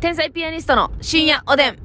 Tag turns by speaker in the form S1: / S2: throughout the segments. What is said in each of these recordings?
S1: 天才ピアニストの深夜おでん。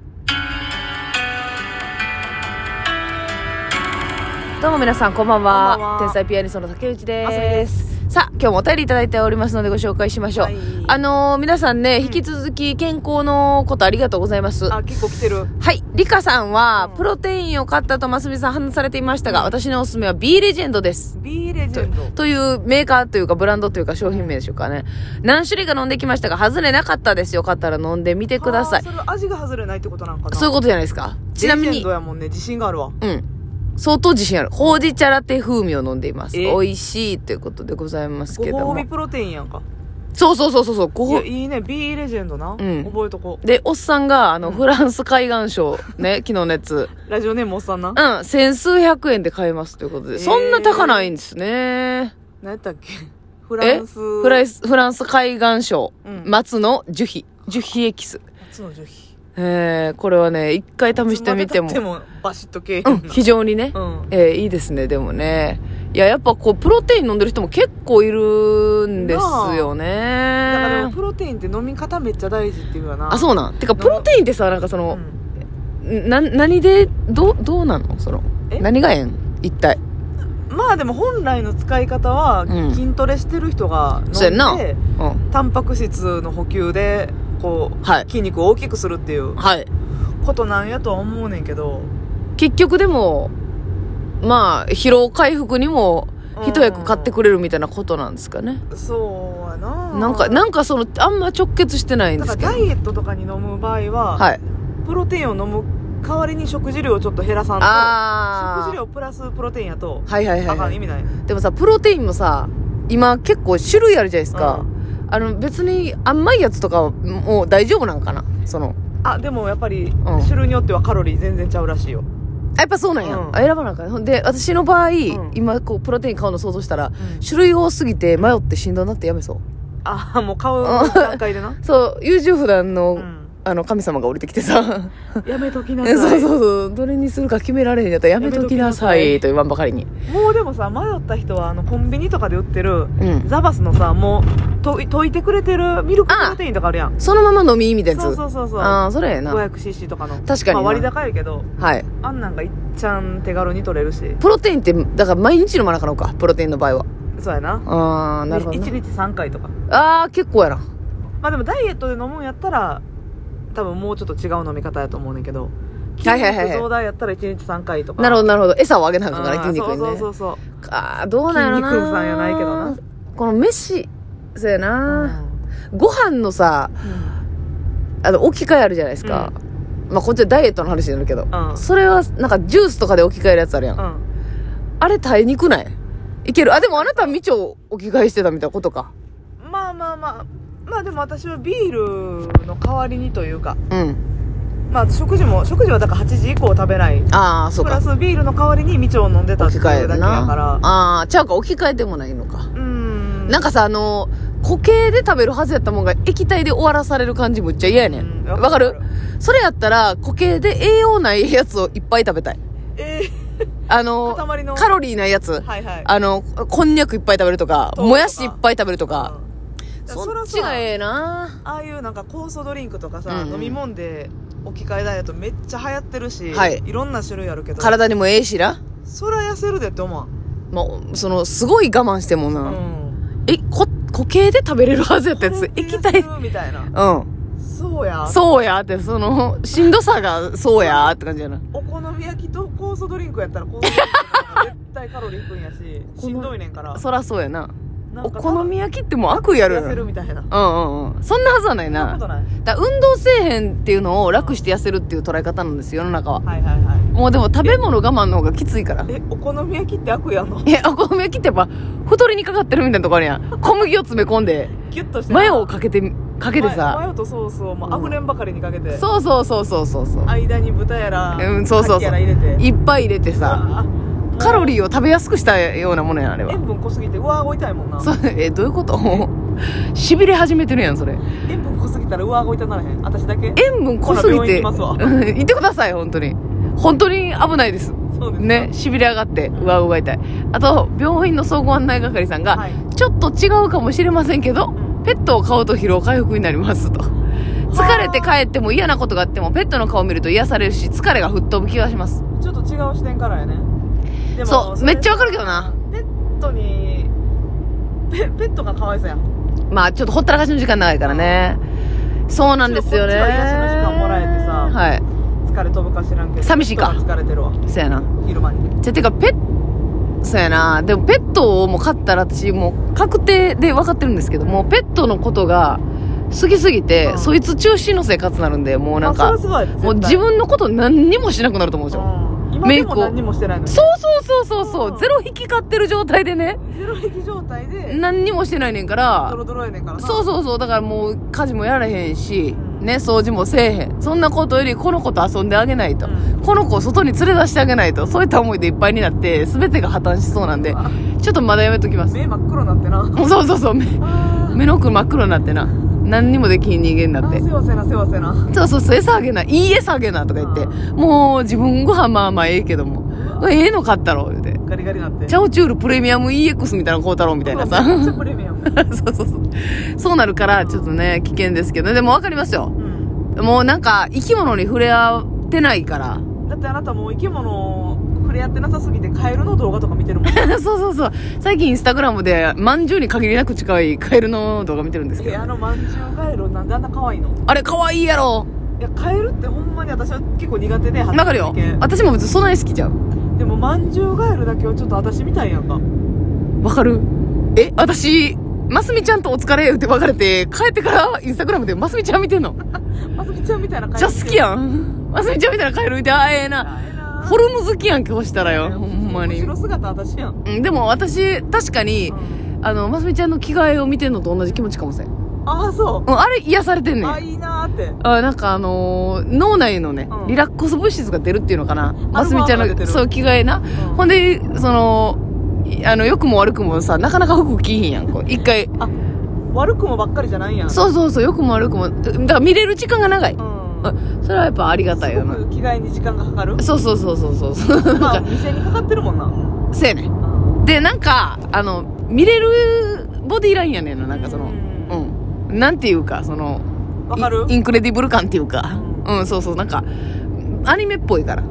S1: どうも皆さん、こんばんは。
S2: こんばんは
S1: 天才ピアニストの竹内です。
S2: あさみです
S1: さあ、今日もお便りいただいておりますのでご紹介しましょう。
S2: はい
S1: あのー皆さんね、引き続き健康のことありがとうございます。
S2: あ、結構来てる。
S1: はい。リカさんは
S2: う、ん
S1: プロテインを買ったとますみさん話されていましたが、私のおすすめは B レジェンドです。
S2: B レジェンド。
S1: というメーカーというかブランドというか商品名でしょうかね。何種類か飲んできましたが、外れなかったです。よかったら飲んでみてください
S2: あー。それ味が外れないってことなんかな。
S1: そういうことじゃないですか。ちなみ
S2: レジェン
S1: に
S2: ド、やもんね、自信があるわ。
S1: うん。相当自信ある。ほうじ茶ラテ風味を飲んでいます。
S2: え
S1: 美味しいということでございます
S2: ご
S1: けど
S2: 褒
S1: も
S2: 美。プロテインやんか。
S1: そうそうそうそうそう。ご
S2: いや、
S1: 褒
S2: いいね。B レジェンドな。
S1: ん
S2: 覚えとこう。
S1: で、おっさんが、あの、フランス海岸省、 ね、昨日のやつ。
S2: ラジオネームおっさんな。
S1: うん、千数百円で買えますということで、
S2: えー
S1: そんな高ないんですね。
S2: 何やったっけフランス。
S1: フライスフランス海岸省、
S2: うん
S1: 松の樹皮、樹皮エキス。
S2: 夏の樹皮。
S1: えー、これはね、一回試してみても
S2: で、も、バシッとけえへん
S1: う、
S2: なん
S1: 非常にね、
S2: うん。
S1: えーいいですね、でもね。いや、やっぱこう、プロテイン飲んでる人も結構いるんですよ
S2: だからでも
S1: ね。
S2: プロテインって飲み方めっちゃ大事っていうよな。
S1: あ、そうなん。てか、プロテインってさ、なんかその
S2: う、ん
S1: な、何で、どう、どうなのその、
S2: え
S1: 何がええん一体。
S2: まあでも本来の使い方は
S1: うん
S2: 筋トレしてる人が飲ん
S1: そうやんな
S2: で、
S1: うん。
S2: タンパク質の補給でこう、
S1: はい
S2: 筋肉を大きくするっていう
S1: はい。
S2: ことなんやとは思うねんけど
S1: 結局でもまあ疲労回復にも一役買ってくれるみたいなことなんですかね、
S2: そうやな
S1: なんかなんかそのあんま直結してないんで
S2: だか
S1: す
S2: ら
S1: けど
S2: ダイエットとかに飲む場合は、
S1: はい
S2: プロテインを飲む代わりに食事量をちょっと減らさんと
S1: あ
S2: 食事量プラスプロテインやと
S1: あはいはいは
S2: あ
S1: い、
S2: か
S1: は
S2: ん
S1: い
S2: 意、味ない
S1: でもさプロテインもさ今結構種類あるじゃないですか
S2: う、
S1: あの別に甘いやつとかはもう大丈夫なんかなその
S2: あでもやっぱり種類によってはカロリー全然ちゃうらしいよ、
S1: あやっぱそうなんや、
S2: うん
S1: あ選ばなあかんほんで私の場合、
S2: ん
S1: 今こうプロテイン買うの想像したら種類多すぎて迷ってしんどなってやめそう
S2: あもう買う段階でな、
S1: そう優柔不断の、
S2: うん、
S1: あの神様が降りてきてさ
S2: やめときなさ
S1: え
S2: い
S1: そうそうそう。どれにするか決められへんやったらやめときなさ
S2: やめ
S1: い。と
S2: ときなさい
S1: 言わんばかりに。
S2: もうでもさ迷った人はあのコンビニとかで売ってる
S1: うん。
S2: ザバスのさもうと溶いてくれてるミルクプロテインとかあるやん
S1: そのまま飲みみたいなやつ。
S2: そうそうそうそう
S1: ああ、それやな。
S2: 500cc とかの
S1: 確かにな
S2: まあ、割高やけど
S1: はい。
S2: あんなんがいっちゃん手軽に取れるし
S1: プロテインって、だから毎日飲まなあかのか。プロテインの場合は。
S2: そうやな
S1: ああ、なるほど
S2: 1
S1: な。
S2: 日3回とか
S1: ああ、結構やな。
S2: まあでもダイエットで飲むんやったら多分もうちょっと違う飲み方やと思うねんけど筋
S1: はいはいはい
S2: 肉増大やったら1日3回とか
S1: なるほど、なるほど。餌をあげなあかんか
S2: う
S1: ら、
S2: ん
S1: 筋肉にね。
S2: そうそうそう
S1: ああ、どうなんやろな。
S2: 筋肉さんやないけどな。
S1: この飯、そうや
S2: そう、
S1: な、ご飯のさ、
S2: うん
S1: あの、置き換えあるじゃないですか。まあ、こっちはダイエットの話になるけど。
S2: うん
S1: それは、なんかジュースとかで置き換えるやつあるやん
S2: う。ん
S1: あれ耐えにくないいけるあ、でもあなたみちょ置き換えしてたみたいなことか。
S2: まあまあまあまあでも私はビールの代わりにというか
S1: うん。
S2: まあ食事も食事はだから8時以降食べない
S1: ああ、そう
S2: プラ
S1: か。
S2: スビールの代わりにみちょを飲んでたっ
S1: 置
S2: てい
S1: き
S2: う
S1: 換え
S2: だけ
S1: る
S2: や
S1: な
S2: か。
S1: ああー、ちゃうか、置き換えてもないのか。
S2: らうん
S1: なんかさ、あの、固形で食べるはずやったもんが液体で終わらされる感じむっちゃ嫌やねん。わ、かるそれやったら、固形で栄養ないやつをいっぱい食べたい。
S2: え
S1: あ
S2: ー、
S1: の、
S2: 塊の
S1: カロリーないやつ。
S2: はいはい
S1: あの、こんにゃくいっぱい食べるとか、
S2: 豆腐とか
S1: もやしいっぱい食べるとか。
S2: うん
S1: そ
S2: ら
S1: っ
S2: さ
S1: ちがええな
S2: ああいうなんか酵素ドリンクとかさ、
S1: うんうん
S2: 飲み物で置き換えダイエットめっちゃ流行ってるし、
S1: はい
S2: ろんな種類あるけど
S1: 体にもええしな。
S2: そら痩せるでって思わん、
S1: まあ、その、すごい我慢してもな。
S2: うん、
S1: え、こ、固形で食べれるはずやったやつ、液体。う。
S2: 痩せるみたいなんそうや
S1: そうやって、その、しんどさが、そうやって感じやな。
S2: お好み焼きと酵素ドリンクやったら酵素ドリンクの方が絶対カロリー低いんやししんどいねんから
S1: そらそうやな。
S2: なん
S1: お
S2: か
S1: 好み焼きってもう悪意あるよ
S2: 痩
S1: な。
S2: せ
S1: う
S2: るみたいなん
S1: うんうん。そんなはずはない
S2: そんな
S1: な
S2: こ。とない
S1: だから運動せえへんっていうのを楽して痩せるっていう捉え方なんですよ、世の中は。
S2: はいはいはい
S1: もうでも食べ物我慢の方がきついから。
S2: えお好み焼きって悪意あんの
S1: いや、お好み焼きってやっぱ、太りにかかってるみたいなとこあるやん。小麦を詰め込ん で、
S2: ギュッとして
S1: マヨをかけて、かけて
S2: マ
S1: さ。
S2: ヨとソースをもうあ
S1: うん
S2: ふれんばかりにかけて、
S1: そうそうそうそうそうそう。
S2: 間に豚やら、
S1: うん、そうそう
S2: 牡蠣
S1: そ
S2: や
S1: う。
S2: ら入れて
S1: いっぱい入れてさ。カロリ
S2: ー
S1: ーを食べやすくしたようなものやんあれは
S2: 塩分濃すぎてうわ顎痛いもんな
S1: そうえどういうこと しびれ始めてるやんそれ
S2: 塩分濃すぎたらうわ顎痛ならへん私だけ
S1: 塩分濃すぎ
S2: ほら病
S1: て
S2: 院行きますわ
S1: うん行ってください本当に本当に危ないです
S2: そうですか
S1: ねしびれ上がって
S2: ん
S1: うわうわ痛いあと病院の総合案内係さんが、
S2: はい
S1: ちょっと違うかもしれませんけど
S2: ん
S1: ペットを飼うと疲労回復になりますと疲れて帰っても嫌なことがあっても、ペットの顔見ると癒されるし、疲れが吹っ飛ぶ気がします。
S2: ちょっと違う視点からやねで
S1: そうめっちゃわかるけどな
S2: ペットにペペットがかわいそうやん
S1: まあ、ちょっとほったらかしの時間長いからね。そうなんですよね。
S2: ちょっとこっちは癒しの時間もらえてさ
S1: はい。
S2: 疲れ飛ぶか知らんけど
S1: 寂しいか
S2: ペットが疲れてるわ
S1: そうやな。
S2: 昼間に
S1: じゃ、てか、ペッ、そうやな。でも、ペットをもう飼ったら私、もう確定で分かってるんですけども、ペットのことが好きすぎて、
S2: うん
S1: そいつ中心の生活になるんで、もうなん
S2: あ
S1: か、
S2: それはすごい
S1: もう
S2: 絶
S1: 自
S2: 対
S1: 分のこと何にもしなくなると思うじゃん。
S2: うん今
S1: メ
S2: で
S1: イク
S2: も
S1: を
S2: 何にもしてないのに
S1: そうそうそうそう
S2: う
S1: そ
S2: ん
S1: う、ゼロ引き買ってる状態でね、
S2: ゼロ匹状態で
S1: 何にもしてないねんから
S2: ド、ロドロやねんからな
S1: そうそうそう、だからもう家事もやらへんし、
S2: うん
S1: ね、掃除もせえへん。そんなことより、この子と遊んであげないと。
S2: うん
S1: この子を外に連れ出してあげないと、そういった思いでいっぱいになって、すべてが破綻しそうなんで、
S2: あ
S1: ちょっとまだやめときます。
S2: 目真っ黒になってな
S1: もうそうそうそう、目、
S2: あ
S1: 目の奥真っ黒になってな。何にもできん人間にな
S2: ー
S1: って
S2: あ。せわせなせわせな
S1: そうそうそう、餌あげな、いい餌あげなとか言って、もう自分ご飯まあまあええけども、ええの買ったろ、言うて。
S2: ガリガリなって
S1: チャオチュールプレミアム EX みたいなの買うたろ、みたいなさ。
S2: めっちゃプレミアム
S1: そうそうそう。そうなるから、ちょっとね、危険ですけどね。でもわかりますよ。
S2: うん
S1: もうなんか、生き物に触れ合ってないから。
S2: だってあなたもう生き物を触れ合ってなさすぎてカエルの動画とか見てるもん
S1: そうそうそう。最近インスタグラムで、まんじゅうに限りなく近いカエルの動画見てるんです
S2: い
S1: けど
S2: やあ。のまんじゅうカエルなんであんな可愛いの
S1: あれ、可愛いやろ。
S2: いやカエルってほんまに私は結構苦手で
S1: わかるよ
S2: 初めて。だ
S1: 私も別にそんなに好きじゃん。
S2: けでもまんじゅうガエルだけはちょっと私みたいやんか
S1: わかるえ、私、ますみちゃんとお疲れ言って別れて、帰ってからインスタグラムでますみちゃん見てんの。
S2: まつみちゃんみたいなカエル
S1: じゃ好き
S2: ん
S1: やん。ますみちゃんみたいなカエル見て、あ、ええな。フォルム好きやん、今日したらよ。ほんまに。
S2: 後ろ姿私やん、
S1: うん、でも私、確かに、あの、ますみちゃんの着替えを見てんのと同じ気持ちかもしれん。うん、
S2: ああそう、
S1: あれ癒されてんねん。
S2: あ
S1: あ
S2: いいなーって
S1: なんかあのー脳内のね、
S2: うん
S1: リラックス物質が出るっていうのかな。
S2: ア
S1: ま
S2: ル
S1: す
S2: ファ
S1: みちゃん
S2: が出て
S1: の、
S2: る
S1: そう、着替えな。
S2: ん
S1: ほんで、その、いあの、良くも悪くもさ、なかなか服着いひんやん、こう。一回。
S2: 悪くもばっかりじゃないやん
S1: そうそうそう、良くも悪くも。だから見れる時間が長い。
S2: うん
S1: あそれはやっぱありがたい
S2: す
S1: よ
S2: ご
S1: な。
S2: く着替えに時間がかかる
S1: そうそうそうそうそう そう。
S2: まあ店にかかってるもんな
S1: せやねん。
S2: う
S1: で、なんか、あの、見れるボディラインやねんな、なんかその。うん。なんていうか、その、
S2: んわかる
S1: インインクレディブル感っていうか。うん、そうそう、なんか、アニメっぽいから。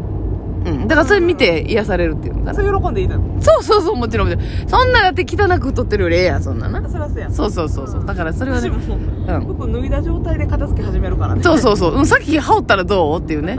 S1: うん。だからそれ見て癒されるっていうのか
S2: そ
S1: な。
S2: れ喜んでいいだろ
S1: そうそうそう、もちろんもちろん。そんなだって汚く撮ってるよりええやん、そんなな。
S2: それはそうやん
S1: そうそうそう。そうだからそれは
S2: 私
S1: ね。
S2: も
S1: うん。
S2: 服脱いだ状態で片付け始めるからね
S1: そうそうそう。うん、さっき羽織ったらどうっていうね。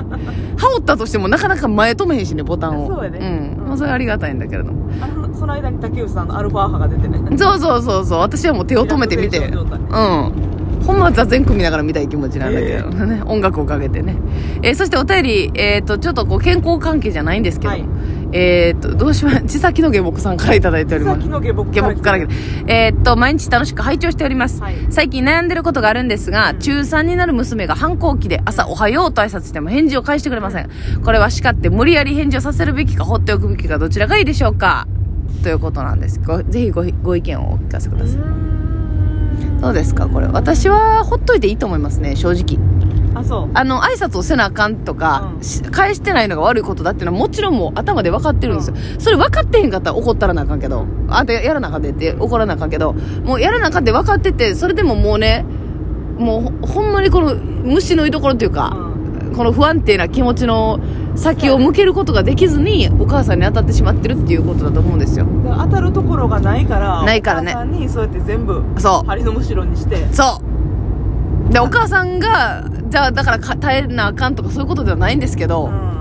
S1: 羽織ったとしてもなかなか前止めへんしね、ボタンを。
S2: そうやね
S1: うん。まあそれはありがたいんだけれども。
S2: あのその間に竹内さんのアルファ波が 出てね
S1: そうそうそうそう。私はもう手を止めて見て。
S2: リラクゼーション状態
S1: うん。ほんまは座全組見ながら見たい気持ちなんだけどね。音楽をかけてね。えーそしてお便り、えっ、と、ちょっとこう健康関係じゃないんですけど、
S2: はい
S1: えっ、と、どうしま、ちさきの下僕さんからいただいており
S2: さ
S1: ま
S2: っ
S1: す
S2: き。の下僕
S1: 下
S2: から
S1: 僕からいただいてえっ、と、毎日楽しく拝聴しております。
S2: はい
S1: 最近悩んでることがあるんですが、中3になる娘が反抗期で朝おはようと挨拶しても返事を返してくれません。これは叱って無理やり返事をさせるべきか放っておくべきかどちらがいいでしょうかということなんです。ごぜひごご意見をお聞かせください。どうですかこれ。私はほっといていいと思いますね、正直。
S2: あそう
S1: あの、挨拶をせなあかんとか、
S2: うん
S1: し返してないのが悪いことだっていうのはもちろんもう頭で分かってるんですよ。それ分かってへんかったら怒ったらなあかんけど、あんたやらなあかんでって怒らなあかんけど、もうやらなあかんって分かってて、それでももうね、もうほほんまにこの虫の居所っていうか、この不安定な気持ちの先を向けることができずに、お母さんに当たってしまってるっていうことだと思うんですよ。
S2: で当たるところがないから
S1: ないからね
S2: お母さんにそうやって全部
S1: そう。
S2: 針のむしろにして
S1: そう。で、お母さんが、じゃあだからか耐えなあかんとかそういうことではないんですけど、
S2: うん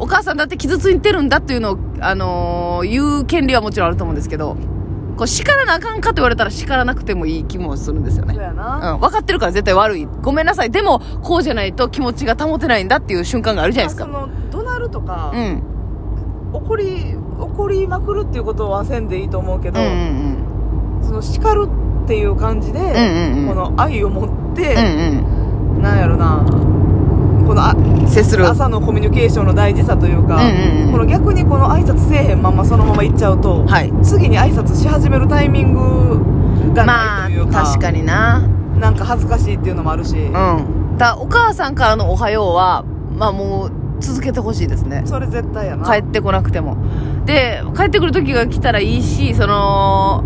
S1: お母さんだって傷ついてるんだっていうのを、あのー言う権利はもちろんあると思うんですけど、こう叱らなあかんかと言われたら叱らなくてもいい気もするんですよ
S2: そう
S1: ね。
S2: や
S1: うん、
S2: な
S1: 分かってるから絶対悪い。ごめんなさい。でも、こうじゃないと気持ちが保てないんだっていう瞬間があるじゃないです
S2: そ
S1: か。
S2: の怒鳴るとか
S1: うん。うん
S2: 怒り怒りまくるっていうことはせんでいいと思うけ
S1: う
S2: ど、
S1: んうん。
S2: その叱るっていう感じで、
S1: んうんうん
S2: この愛を持っ
S1: う
S2: て、
S1: ん
S2: なんやろなこのあ
S1: うん。接する。
S2: 朝のコミュニケーションの大事さというか、
S1: うんうんうん
S2: この逆にこの挨拶せえへんままそのまま行っちゃうと、
S1: はい。
S2: 次に挨拶し始めるタイミング
S1: ま
S2: がな
S1: あ
S2: いという、か,、
S1: 確かにな。
S2: なんか恥ずかしいっていうのもあるし、
S1: うん。だお母さんからのおはようは、まあもう続けてほしいですね。
S2: それ絶対やな
S1: 帰ってこなくても。で、帰ってくる時が来たらいいし、その、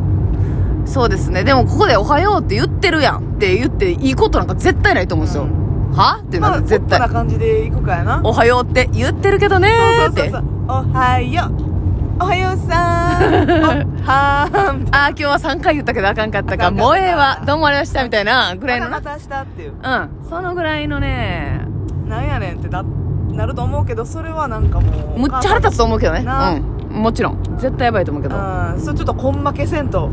S1: そうですね。でもここでおはようって言ってるやんって言っていいことなんか絶対ないと思うんですよ。
S2: う
S1: はってな
S2: まあ
S1: る、
S2: 絶
S1: 絶
S2: 対
S1: 対
S2: な。感じで行くかやな
S1: おはようって言ってるけどねー
S2: そ
S1: っ
S2: う
S1: て。
S2: そうそうそうおはようおはようさんおはーん
S1: あー今日は3回言ったけどあかんかった
S2: あ
S1: か。
S2: かんかった
S1: もうええわ。どうもありましたみたいなぐらいの
S2: ま
S1: な。
S2: たまた明日っていう
S1: うん。そのぐらいのね、
S2: なんやねんってななると思うけどそれはなんかもう
S1: むっちゃ腹立つと思うけどね。
S2: な
S1: うん。もちろん。絶対やばいと思うけど。うん。
S2: うんそれちょっと根負けせんと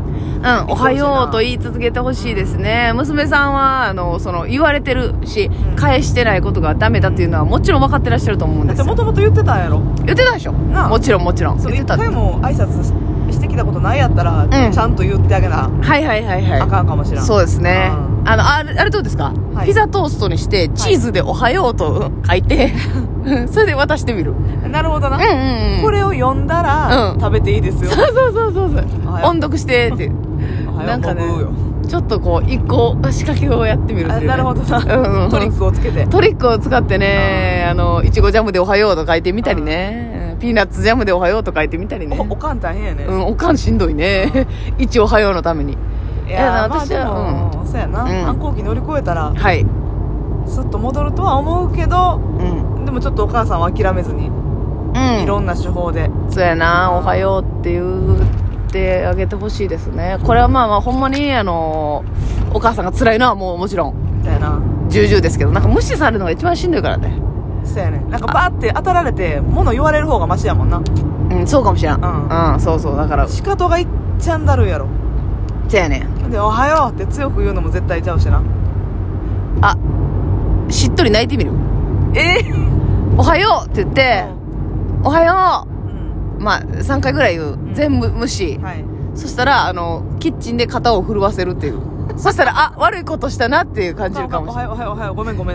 S1: おはようと言い続けてほしいですね。娘さんは、あの、その、言われてるし
S2: う、ん
S1: 返してないことがダメだっていうのはもちろん分かってらっしゃると思うんで
S2: だっ
S1: すよ
S2: ても。ともと言ってたんやろ
S1: 言ってたでしょ
S2: なあ
S1: もちろんもちろん。
S2: そ
S1: 言
S2: れ
S1: ってた。
S2: 一回も挨拶ししてきたことないやったら、
S1: ん
S2: ちゃんと言ってあげな
S1: はいはいはいはい。
S2: あかんかもしれん
S1: そうですね。
S2: うん
S1: あの、あれ、あれどうですか、
S2: はい
S1: ピザトーストにして、チーズでおはようと書い て、それで渡してみる。うん
S2: なるほどな、
S1: うんうん。
S2: これを読んだら、
S1: うん
S2: 食べていいですよ
S1: そうそうそうそうそう
S2: おは。よう
S1: 音読してって。
S2: おはよう
S1: なんかね
S2: 僕よ
S1: ちょっとこう、一個仕掛けをやってみるってい
S2: あ
S1: うね、
S2: なるほどな
S1: うんうん
S2: トリックをつけて
S1: トリックを使ってね、あの、いちごジャムでおはようと書いてみたりね。ピーナッツジャムでおはようと書いてみたりね
S2: お。おかん大変やね、
S1: うん、おかんしんどいね。 一おはようのために。
S2: い
S1: いや
S2: やーまあ
S1: 私
S2: で
S1: は
S2: も、そうやな、
S1: うん
S2: 反抗期乗り越えたら
S1: はい。
S2: すっと戻るとは思うけど
S1: うん。
S2: でもちょっとお母さんは諦めずに、
S1: うん。
S2: いろんな手法で
S1: そうやな、おはようって言ってあげてほしいですね。これはまあまあ、ほんまに、あの、お母さんが辛いのはもうもちろん、
S2: みたいな
S1: 重々ですけど、なんか無視されるのが一番しんどいからね。
S2: そうやねなんかバーって当たられて物言われる方がマシやもんな
S1: うん、そうかもしれん。
S2: ん
S1: うん、そうそう、だから、
S2: 仕方がいっちゃんだるいやろ
S1: せやねん。
S2: で「おはよう」って強く言うのも絶対ちゃうしな
S1: あ、しっとり泣いてみる。
S2: ええ
S1: おはようって言って、おはよ
S2: うん
S1: うまあ、3回ぐらい言う。
S2: ん
S1: 全部無視。
S2: はい
S1: そしたら、あの、キッチンで肩を震わせるっていう。そしたら、あ、悪いことしたなっていう感じるかもしれない
S2: おはようおはようおはようごめんごめん